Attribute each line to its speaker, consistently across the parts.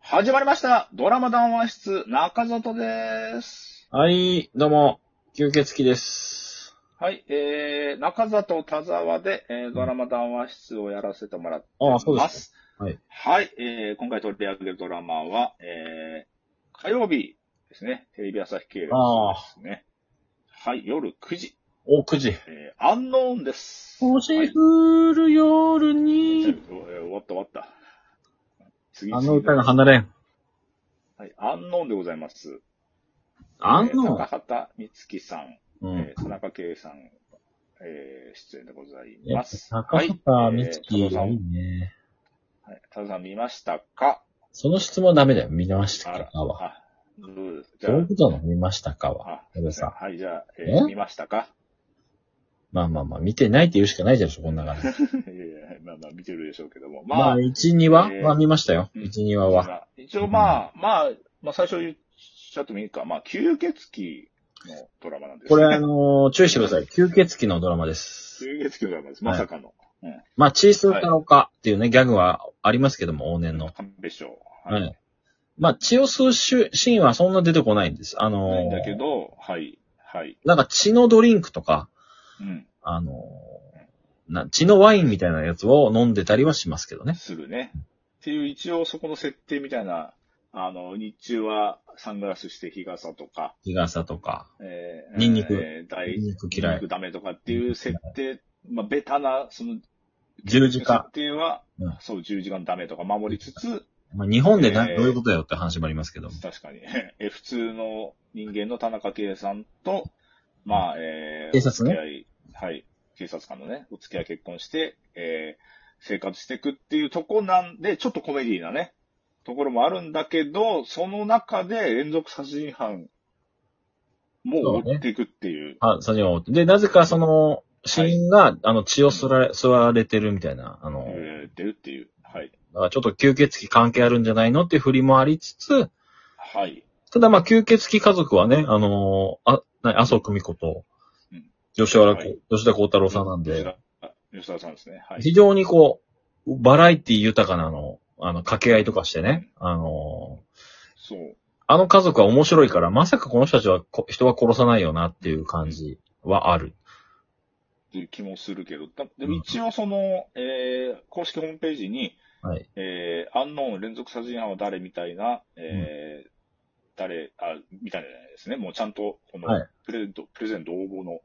Speaker 1: 始まりましたドラマ談話室、中里です。
Speaker 2: はい、どうも、吸血鬼です。
Speaker 1: はい、えー、中里田沢で、えードラマ談話室をやらせてもらって
Speaker 2: ああ、そうで。
Speaker 1: ますす。
Speaker 2: はい。
Speaker 1: はい、えー、今回取り上げるドラマは、えー、火曜日ですね。テレビ朝日系列ですね。はい、夜9時、
Speaker 2: お、9時。
Speaker 1: えー、アンノーンです。はい
Speaker 2: 降る夜
Speaker 1: え
Speaker 2: に。
Speaker 1: ー終わった終わった。次
Speaker 2: あの歌が
Speaker 1: 次
Speaker 2: 離れん。
Speaker 1: はい、アンノーンでございます。
Speaker 2: あん
Speaker 1: えー
Speaker 2: の
Speaker 1: 高畑充希さん。
Speaker 2: うん
Speaker 1: え。ー田中圭さん、えー出演でござい
Speaker 2: や
Speaker 1: ま
Speaker 2: っ
Speaker 1: す。
Speaker 2: ぱ高畑充
Speaker 1: はいえー
Speaker 2: 希
Speaker 1: 田
Speaker 2: が
Speaker 1: 中
Speaker 2: いいね。
Speaker 1: さんはい田中さん見ましたか
Speaker 2: その質問ダメだよ。見ました
Speaker 1: あら、
Speaker 2: かは。
Speaker 1: あ、どうですじゃ
Speaker 2: どういうことなの見ましたかは。
Speaker 1: あ、あ
Speaker 2: 矢部さん
Speaker 1: はい、じゃあ、えー
Speaker 2: え
Speaker 1: 見ましたか
Speaker 2: まあまあまあ、見てないって言うしかないじゃん、こんな感じ。
Speaker 1: いやいや、まあまあ見てるでしょうけども。
Speaker 2: ま
Speaker 1: ま
Speaker 2: あ、
Speaker 1: あ、
Speaker 2: 1、2話
Speaker 1: えー
Speaker 2: は見ましたよ。
Speaker 1: うん
Speaker 2: 1、2話は。
Speaker 1: 一応まあ、まあ、まあ最初言っちゃってもいいか。まあ、吸血鬼のドラマなんです
Speaker 2: これあ
Speaker 1: ね。
Speaker 2: のー注意してください。吸血鬼のドラマです。
Speaker 1: 吸血鬼のドラマです。まさかの。
Speaker 2: まあ、チースー太郎かっていうね、ギャグはありますけども、往年の。
Speaker 1: 勘弁しよう。
Speaker 2: はい。まあ、血を吸うシーンはそんな出てこないんです。あ
Speaker 1: ない
Speaker 2: の
Speaker 1: んだけ
Speaker 2: ー、
Speaker 1: ど、はい、はい。
Speaker 2: なんか血のドリンクとか、
Speaker 1: うん。
Speaker 2: あのー、な血のワインみたいなやつを飲んでたりはしますけどね。
Speaker 1: するね。っていう、一応そこの設定みたいな、あの、日中はサングラスして日傘とか、
Speaker 2: 日傘とか、
Speaker 1: え
Speaker 2: ニンニク
Speaker 1: えー大
Speaker 2: ニンニク嫌
Speaker 1: ニンニ
Speaker 2: い
Speaker 1: ク。ダメとかっていう設定、まあ、ベタな、その、
Speaker 2: 十字架。
Speaker 1: 設定は、
Speaker 2: うん
Speaker 1: そう、10時間ダメとか守りつつ、
Speaker 2: まあ、日本でな、
Speaker 1: えー
Speaker 2: どういうことだよって話もありますけども。
Speaker 1: 確かに、 え、普通の人間の田中圭さんと、まあ、えー、
Speaker 2: 警察
Speaker 1: お付
Speaker 2: ね
Speaker 1: き合い、はい、警察官のね、お付き合い結婚して、えー、生活していくっていうとこなんで、ちょっとコメディーなね、ところもあるんだけど、その中で連続殺人犯も追っていくっていう、
Speaker 2: あ、それを。で、なぜかその、死因が、あの、血を吸られ、吸われてるみたいな、あの、
Speaker 1: えー、出るっていう、はい。
Speaker 2: だからちょっと吸血鬼関係あるんじゃないのっていう振りもありつつ、
Speaker 1: はい。
Speaker 2: ただまあ、吸血鬼家族はね、あのーあ、な、麻生久美子と
Speaker 1: うん、
Speaker 2: 吉原こ、
Speaker 1: はい
Speaker 2: 吉田幸太郎さんなん
Speaker 1: 吉
Speaker 2: で、
Speaker 1: 田吉田さんですね。はい。
Speaker 2: 非常にこう、バラエティ豊かなあの、あの、掛け合いとかしてね、あのー
Speaker 1: そう。
Speaker 2: あの家族は面白いから、まさかこの人たちはこ、人は殺さないよなっていう感じはある。
Speaker 1: っていう気もするけど、だで
Speaker 2: う
Speaker 1: も
Speaker 2: ん
Speaker 1: 一応その、えー、公式ホームページに、
Speaker 2: はい。
Speaker 1: えー、アンノーン連続殺人犯は誰みたいな、えー誰、あ、みたいなですね。もうちゃんと、この
Speaker 2: はい
Speaker 1: プレゼント、プレゼント応募の、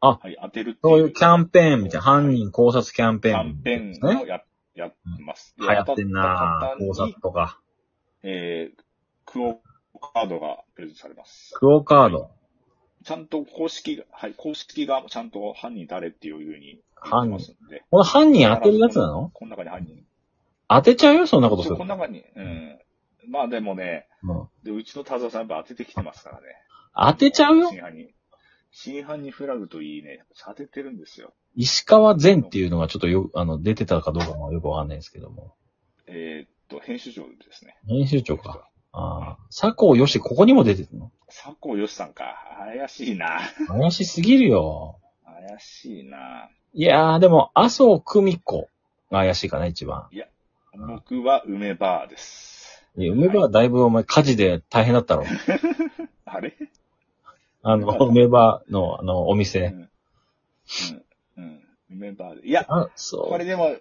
Speaker 2: あ
Speaker 1: はい、当てるって
Speaker 2: そういうキャンペーンみたいな、
Speaker 1: はい
Speaker 2: 犯人考察キャンペ
Speaker 1: キ
Speaker 2: ー
Speaker 1: ャ
Speaker 2: ン、
Speaker 1: ンペーン
Speaker 2: ね
Speaker 1: を。や、やってます。
Speaker 2: 流行ってんな
Speaker 1: 当たった
Speaker 2: 考
Speaker 1: 方に
Speaker 2: 察とか。
Speaker 1: えー、クオカードがプレゼントされます。
Speaker 2: クオカード。
Speaker 1: ちゃんと公式が、はい、公式がちゃんと犯人誰っていうふうに言って
Speaker 2: 犯
Speaker 1: ま
Speaker 2: 人。
Speaker 1: すんで。
Speaker 2: この犯人当てるやつなの
Speaker 1: この中に犯人。
Speaker 2: 当てちゃうよ、そんなことす
Speaker 1: そう
Speaker 2: る
Speaker 1: この
Speaker 2: と。
Speaker 1: 中に、うん。まあでもね、
Speaker 2: うん
Speaker 1: でうちの田沢さんやっぱ当ててきてますからね。
Speaker 2: 当てちゃうよ
Speaker 1: 真犯人。真犯人フラグといいね、当ててるんですよ。
Speaker 2: 石川善っていうのがちょっとよ、あの、出てたかどうかもよくわかんないですけども。
Speaker 1: えーっと、編集長ですね。
Speaker 2: 編集長か。ああ。佐藤よし、ここにも出てるの
Speaker 1: 佐藤よしさんか。怪しいな。
Speaker 2: 怪しすぎるよ。
Speaker 1: 怪しいな。
Speaker 2: いやー、でも、麻生久美子が怪しいかな、一番。
Speaker 1: 僕は梅バーです。
Speaker 2: いや梅ばはだいぶお前火事で大変だったろ。
Speaker 1: あれ
Speaker 2: あの、梅ばの、あの、お
Speaker 1: う
Speaker 2: 店。
Speaker 1: ん。うん。うん。梅バーで。いや、
Speaker 2: あ、そう。
Speaker 1: これでも、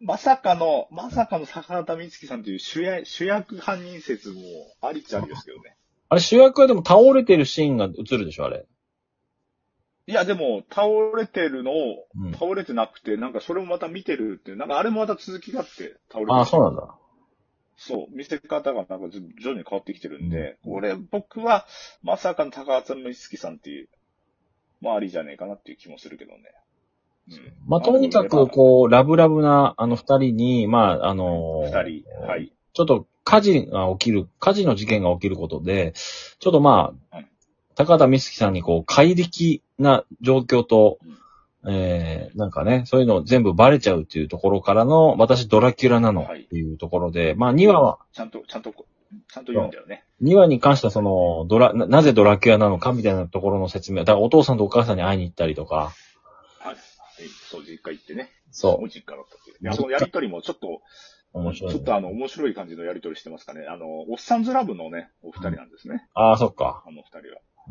Speaker 1: まさかの、まさかの坂畑美月さんという主役、主役犯人説もありっちゃありですけどね。
Speaker 2: あれ主役はでも倒れてるシーンが映るでしょ、あれ。
Speaker 1: いや、でも、倒れてるのを、
Speaker 2: うん。
Speaker 1: 倒れてなくて、なんかそれもまた見てるっていう、なんかあれもまた続きがあって、倒れてる
Speaker 2: ああ、そうなんだ。
Speaker 1: そう、見せ方がなんかず徐々に変わってきてるんで、
Speaker 2: うん
Speaker 1: 俺、僕は、まさかの高畑美月さんっていう、まあありじゃねえかなっていう気もするけどね。うん。
Speaker 2: まあ、とにかく、
Speaker 1: う、
Speaker 2: こう、ラブラブな、あの、二人に、まあ、あの
Speaker 1: 二
Speaker 2: ー
Speaker 1: 人、はい。
Speaker 2: ちょっと火事が起きる、火事の事件が起きることで、ちょっとまあ、
Speaker 1: はい
Speaker 2: 高田美月さんにこう、怪力な状況と
Speaker 1: うん、
Speaker 2: えー、なんかね、そういうの全部バレちゃうっていうところからの、私ドラキュラなの
Speaker 1: はい
Speaker 2: っていうところで、まあ2話は、
Speaker 1: ちゃんと、ちゃんとこ、ちゃんと言うんだよね。
Speaker 2: 2話に関してはその、ドラ、ななぜドラキュラなのかみたいなところの説明、だからお父さんとお母さんに会いに行ったりとか、
Speaker 1: はい。はいそう、実家行ってね。
Speaker 2: そ
Speaker 1: もう実家だったっていう。いや、そのやりとりもちょっと、
Speaker 2: 面白い、
Speaker 1: ち
Speaker 2: ね。
Speaker 1: ょっとあの、面白い感じのやりとりしてますかね。あの、おっさんずラブのね、お二人なんですね。
Speaker 2: ああ、そっか。
Speaker 1: あの二人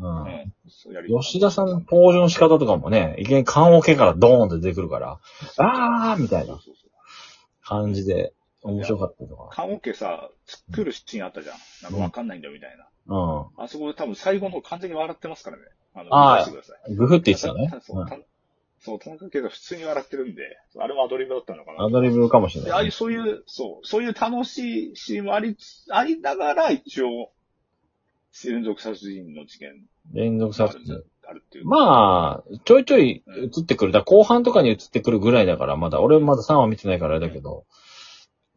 Speaker 2: うん
Speaker 1: は。。うんそうやりとり。
Speaker 2: 吉田さんの登場の仕方とかもね、いきなり缶オケからドーンって出てくるから、あーみたいな
Speaker 1: そうそうそう
Speaker 2: 感じで面白かったとか。
Speaker 1: 缶オケさ、作るシーンあったじゃん。なんかわかんないんだよみたいな。
Speaker 2: うん。
Speaker 1: あそこで多分最後の方完全に笑ってますからね。あの、
Speaker 2: あ
Speaker 1: 見返し
Speaker 2: ー
Speaker 1: てください。
Speaker 2: グフって言ってたね
Speaker 1: た。そうう、
Speaker 2: ん
Speaker 1: たそう、田中圭が普通に笑ってるんで、あれもアドリブだったのかな。
Speaker 2: アドリブかもしれ
Speaker 1: でああ
Speaker 2: ない
Speaker 1: いう、
Speaker 2: ね。
Speaker 1: そういう、そう、そういう楽しいシーンもありつ、ありながら、一応、連続殺人の事件
Speaker 2: 連続
Speaker 1: があ
Speaker 2: 殺
Speaker 1: るんじゃ
Speaker 2: 人。
Speaker 1: あるっていう。
Speaker 2: まあ、ちょいちょい映ってくる。だから後半とかに映ってくるぐらいだから、まだ、俺まだ3話見てないからあれだけど、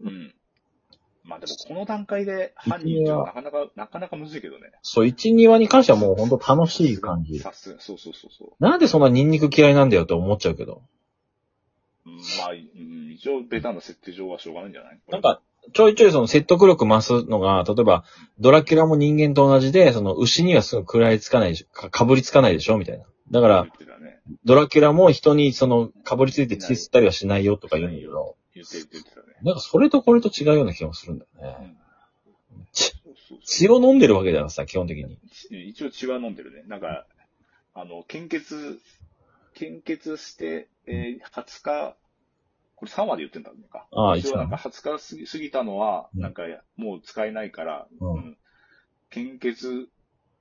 Speaker 1: うん。まあでも、この段階で犯人っていうのはなかなか、なかなかむずいけどね。
Speaker 2: そう、1、2話に関してはもうほんと楽しい感じ。
Speaker 1: さすが、そうそうそうそ
Speaker 2: なんでそんなニンニク嫌いなんだよって思っちゃうけど。
Speaker 1: う。うんまあ、うん、一応、ベタな設定上はしょうがないんじゃない
Speaker 2: なん、か、ちょいちょいその説得力増すのが、例えば、ドラキュラも人間と同じで、その牛にはすぐ食らいつかないでしょ、かかぶりつかないでしょみたいな。だから
Speaker 1: 言、ってたね。
Speaker 2: ドラキュラも人にその、かぶりついて血吸ったりはしないよとか言うんだけど、
Speaker 1: 言って、言ってたね。
Speaker 2: なんかそれとこれと違うような気もするんだよ
Speaker 1: う
Speaker 2: ね。
Speaker 1: ん
Speaker 2: ち
Speaker 1: そうそうそう
Speaker 2: 血を飲んでるわけだからさ、基本的に。
Speaker 1: 一応血は飲んでるね。なんか、あの、献血、献血して、えー、20日、これ3話で言ってんだのか。
Speaker 2: ああ、一
Speaker 1: 一応なん
Speaker 2: 番
Speaker 1: か。20日過ぎ過ぎたのは、
Speaker 2: うん
Speaker 1: なんかもう使えないから、
Speaker 2: うん
Speaker 1: 献血、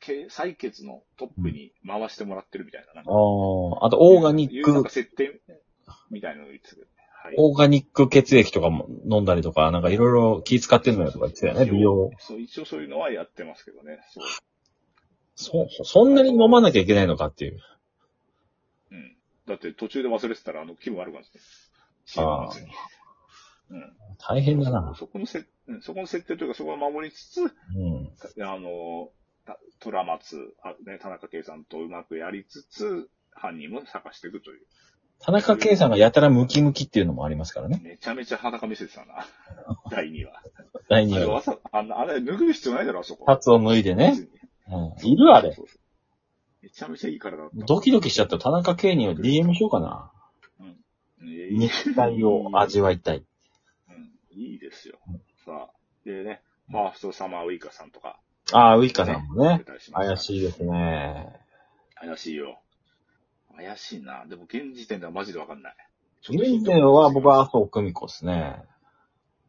Speaker 1: け採血のトップに回してもらってるみたいな。なんか
Speaker 2: ああ、あとオーガニッ
Speaker 1: いうなんか
Speaker 2: ク、
Speaker 1: 設定みたいなの言ってたけどね。はい。
Speaker 2: オーガニック血液とかも飲んだりとか、なんかいろいろ気使ってんのよとか言ってたよね、美容。
Speaker 1: そう、一応そういうのはやってますけどね。そう。
Speaker 2: そ、そんなに飲まなきゃいけないのかっていう。
Speaker 1: うん。だって途中で忘れてたら、あの、気分悪くなって。
Speaker 2: ああ
Speaker 1: 血を飲まずにうん。
Speaker 2: 大変だな。
Speaker 1: そこのせ、うんそこの設定というか、そこを守りつつ、
Speaker 2: うん。
Speaker 1: あの、た虎松、あね、田中圭さんとうまくやりつつ、犯人も探していくという。
Speaker 2: 田中圭さんがやたらムキムキっていうのもありますからね。
Speaker 1: めちゃめちゃ裸見せてた な。第2話。
Speaker 2: 第
Speaker 1: あれ、
Speaker 2: 2話。
Speaker 1: わざ、あのあれ、脱ぐ必要ないだろ、あそこ。
Speaker 2: パツを脱いでね
Speaker 1: 別。に
Speaker 2: うん、いるあれ。
Speaker 1: そうそうめちゃめちゃいい体だった。
Speaker 2: ドキドキしちゃった田中圭には DM しようかな。
Speaker 1: えいい
Speaker 2: 肉体を味わいたい。
Speaker 1: うんいいですよ。さあ、でね、ファーストサマーウイカさんとか、
Speaker 2: ああ、ウイカさんもね
Speaker 1: 出。たりしました
Speaker 2: 怪しいですね。
Speaker 1: 怪しいよ。怪しいな。でも現時点ではマジでわかんない。ちょっとヒ
Speaker 2: 現
Speaker 1: ント
Speaker 2: 点は僕は麻生久美子ですね。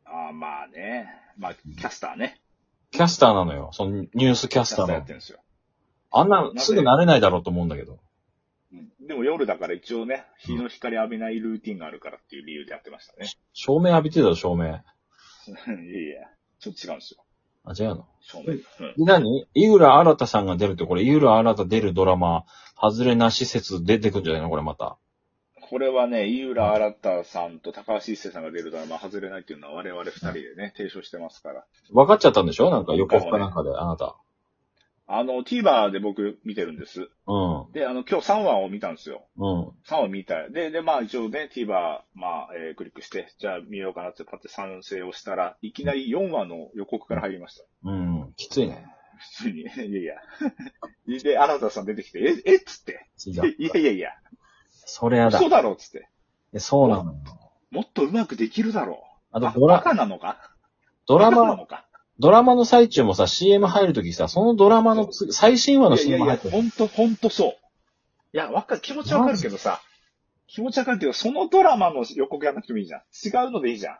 Speaker 1: ああ、まあね。まあ、キャスターね。
Speaker 2: キャスターなのよ。そのニュースキャ
Speaker 1: キ
Speaker 2: ス
Speaker 1: ャ
Speaker 2: タ
Speaker 1: ス
Speaker 2: ー
Speaker 1: ターやっ
Speaker 2: の
Speaker 1: て。るんですよ。
Speaker 2: あんなすぐ慣れないだろうと思うんだけど。
Speaker 1: うんでも夜だから一応ね、日の光浴びないルーティンがあるからっていう理由でやってましたね。
Speaker 2: 照明浴びてたよ、照 明。
Speaker 1: いやいや、ちょっと違うんですよ。
Speaker 2: あ、違うの。
Speaker 1: 正面。うん。
Speaker 2: で、何井浦新さんが出るって、これ、井浦新出るドラマ、外れなし説出てくんじゃないのこれまた。
Speaker 1: これはね、井浦新さんと高橋一生さんが出るドラマ、外れないっていうのは我々二人でね、提唱してますから。
Speaker 2: 分かっちゃったんでしょなんか横須賀なんかで、あなた。
Speaker 1: あの、TVer で僕見てるんです。
Speaker 2: うん。
Speaker 1: で、あの、今日3話を見たんですよ。
Speaker 2: うん。
Speaker 1: 3話見たい。で、で、まあ一応ね、TVer、まあ、えークリックして、じゃあ見ようかなってパッて賛成をしたら、いきなり4話の予告から入りました。
Speaker 2: うん。きついね。
Speaker 1: 普通に。い やいや。で、新田さん出てきて、え、えっつって。
Speaker 2: 次だ。
Speaker 1: いやいやいや、
Speaker 2: それやだ。
Speaker 1: 嘘だろっつって。
Speaker 2: えそうなのよ。
Speaker 1: もっとうまくできるだろう。
Speaker 2: あとド
Speaker 1: バ
Speaker 2: ラ、
Speaker 1: カなのか
Speaker 2: ドラ
Speaker 1: バカな
Speaker 2: マ、
Speaker 1: のか
Speaker 2: ドラマの最中もさ、CM 入るときさ、そのドラマのつ最新話の
Speaker 1: いや
Speaker 2: CM
Speaker 1: いや
Speaker 2: 入
Speaker 1: い
Speaker 2: って
Speaker 1: や、
Speaker 2: る。
Speaker 1: ほんと、ほんとそう。いや、わかる、気持ちわかるけどさ、気持ちわかるけど、そのドラマの予告やんなくてもいいじゃん。違うのでいいじゃん。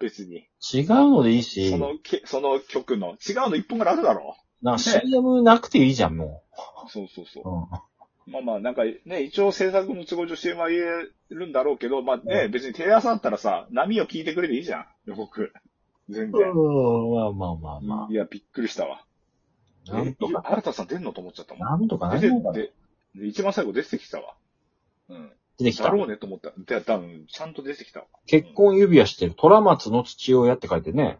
Speaker 1: 別に。
Speaker 2: 違うのでいいし
Speaker 1: そ、のけ、その曲の、違うの一本ぐらいあるだろ
Speaker 2: なんか CM なくていいじゃん、も
Speaker 1: そうそうそう
Speaker 2: う。。うん。
Speaker 1: まあまあ、なんかね、一応制作の都合上 CM は言えるんだろうけど、まあね、別にテレ朝だったらさ、波を聞いてくれていいじゃん、予告。全然。
Speaker 2: うん、まあまあまあま
Speaker 1: いや、びっくりしたわ。
Speaker 2: あ。なんとか、
Speaker 1: え新田さん出んのと思っちゃったも。
Speaker 2: なんとかなんん
Speaker 1: 出
Speaker 2: と
Speaker 1: て
Speaker 2: か
Speaker 1: て、で一番最後出てきたわ。うん。
Speaker 2: 出てき
Speaker 1: だ
Speaker 2: た。
Speaker 1: ろうねと思った。で、多分、ちゃんと出てきたわ。
Speaker 2: 結婚指輪してる。虎松の父親って書いてね。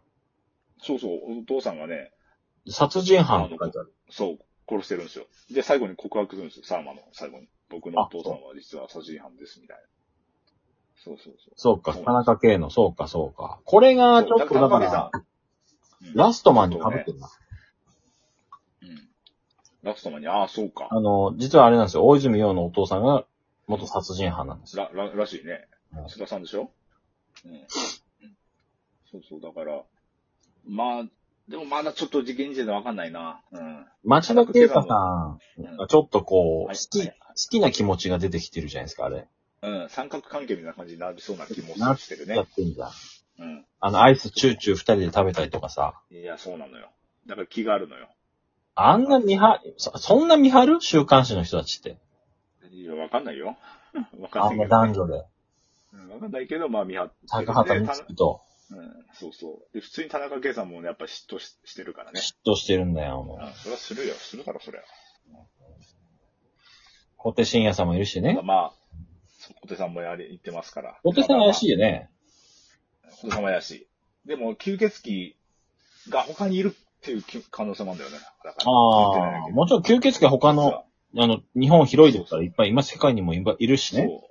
Speaker 1: そうそう、お父さんがね、
Speaker 2: 殺人犯って書いてある。
Speaker 1: そう、殺してるんですよ。で、最後に告白するんですよ、サーマの最後に。僕のお父さんは実は殺人犯です、みたいな。そうそうそう。
Speaker 2: そうか、田中圭の、そうか、そうか。これが、ちょっとだから、
Speaker 1: うん
Speaker 2: ラストマンに被ってるな。
Speaker 1: うんラストマンに、ああ、そうか。
Speaker 2: あの、実はあれなんですよ。大泉洋のお父さんが、元殺人犯なんですよ。
Speaker 1: ら、ら、らしいね
Speaker 2: う。ん
Speaker 1: 須田さんでしょうん。そうそう、だから、まあ、でもまだちょっと事件時点でわかんないな。うん。
Speaker 2: 町田啓太さんがちょっとこう、
Speaker 1: はい
Speaker 2: 好き、
Speaker 1: はい
Speaker 2: 好きな気持ちが出てきてるじゃないですか、あれ。
Speaker 1: うん、三角関係みたいな感じになりそうな気も
Speaker 2: な
Speaker 1: してる
Speaker 2: や
Speaker 1: ね
Speaker 2: っ。てんだ。
Speaker 1: うん。
Speaker 2: あの、アイスチューチュー二人で食べたりとかさ。
Speaker 1: いや、そうなのよ。だから気があるのよ。
Speaker 2: あんな見張る、そそんな見張る週刊誌の人たちって。
Speaker 1: いや、わかんないよ。 わか
Speaker 2: あ
Speaker 1: ん
Speaker 2: ん
Speaker 1: な
Speaker 2: ない
Speaker 1: けど
Speaker 2: 男女で。
Speaker 1: うんわかんないけど、まあ、見張ってる
Speaker 2: 高畑
Speaker 1: で
Speaker 2: 充
Speaker 1: た
Speaker 2: 希と
Speaker 1: うん、そうそう。で、普通に田中圭さんもね、やっぱ嫉妬ししてるからね。
Speaker 2: 嫉妬してるんだよ、も
Speaker 1: う
Speaker 2: う。
Speaker 1: ん、それはするよ。するだろ、それは。
Speaker 2: 小手伸也さんもいるしね。
Speaker 1: まあ、そう小手さんもやり、言ってますから。
Speaker 2: 小手さん怪しい
Speaker 1: い。
Speaker 2: よね。
Speaker 1: 小手さんは怪しい。でも、吸血鬼が他にいるっていうき可能性もあるんだよね。だから。言ってない
Speaker 2: あ
Speaker 1: だ
Speaker 2: あ、
Speaker 1: け
Speaker 2: もちろん吸血鬼は他
Speaker 1: 実
Speaker 2: の
Speaker 1: は、
Speaker 2: あの、日本広いですからいっぱい今世界にもいっぱいいるしね。
Speaker 1: そ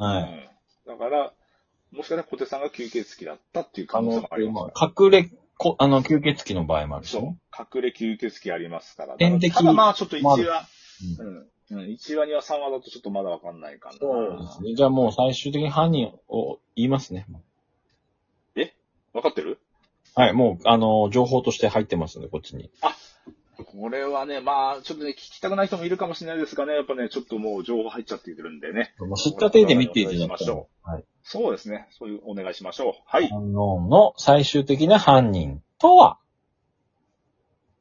Speaker 1: う。
Speaker 2: は
Speaker 1: う
Speaker 2: い。
Speaker 1: んだから、もしかしたら小手さんが吸血鬼だったっていう可
Speaker 2: あ
Speaker 1: 能性
Speaker 2: の
Speaker 1: もありますか、
Speaker 2: 隠れ、こあの、吸血鬼の場合もある
Speaker 1: ら。
Speaker 2: しね。
Speaker 1: そう。隠れ吸血鬼ありますから。
Speaker 2: 天敵
Speaker 1: ただまあちょっと1
Speaker 2: もあ
Speaker 1: 話、
Speaker 2: る
Speaker 1: うん。うん、1話、2話、3話だとちょっとまだわかんないかな。
Speaker 2: そうですね。じゃあもう最終的に犯人を言いますね。
Speaker 1: わかってる
Speaker 2: はい、もう、あの、情報として入ってますんで、こっちに。
Speaker 1: これはね、まあちょっとね、聞きたくない人もいるかもしれないですがね、やっぱね、ちょっともう情報入っちゃっているんでね。
Speaker 2: もう知った手で見ていただき
Speaker 1: お願いしましょ
Speaker 2: はい。
Speaker 1: そうですね。そういうお願いしましょう。はい。
Speaker 2: 反論の最終的な犯人とは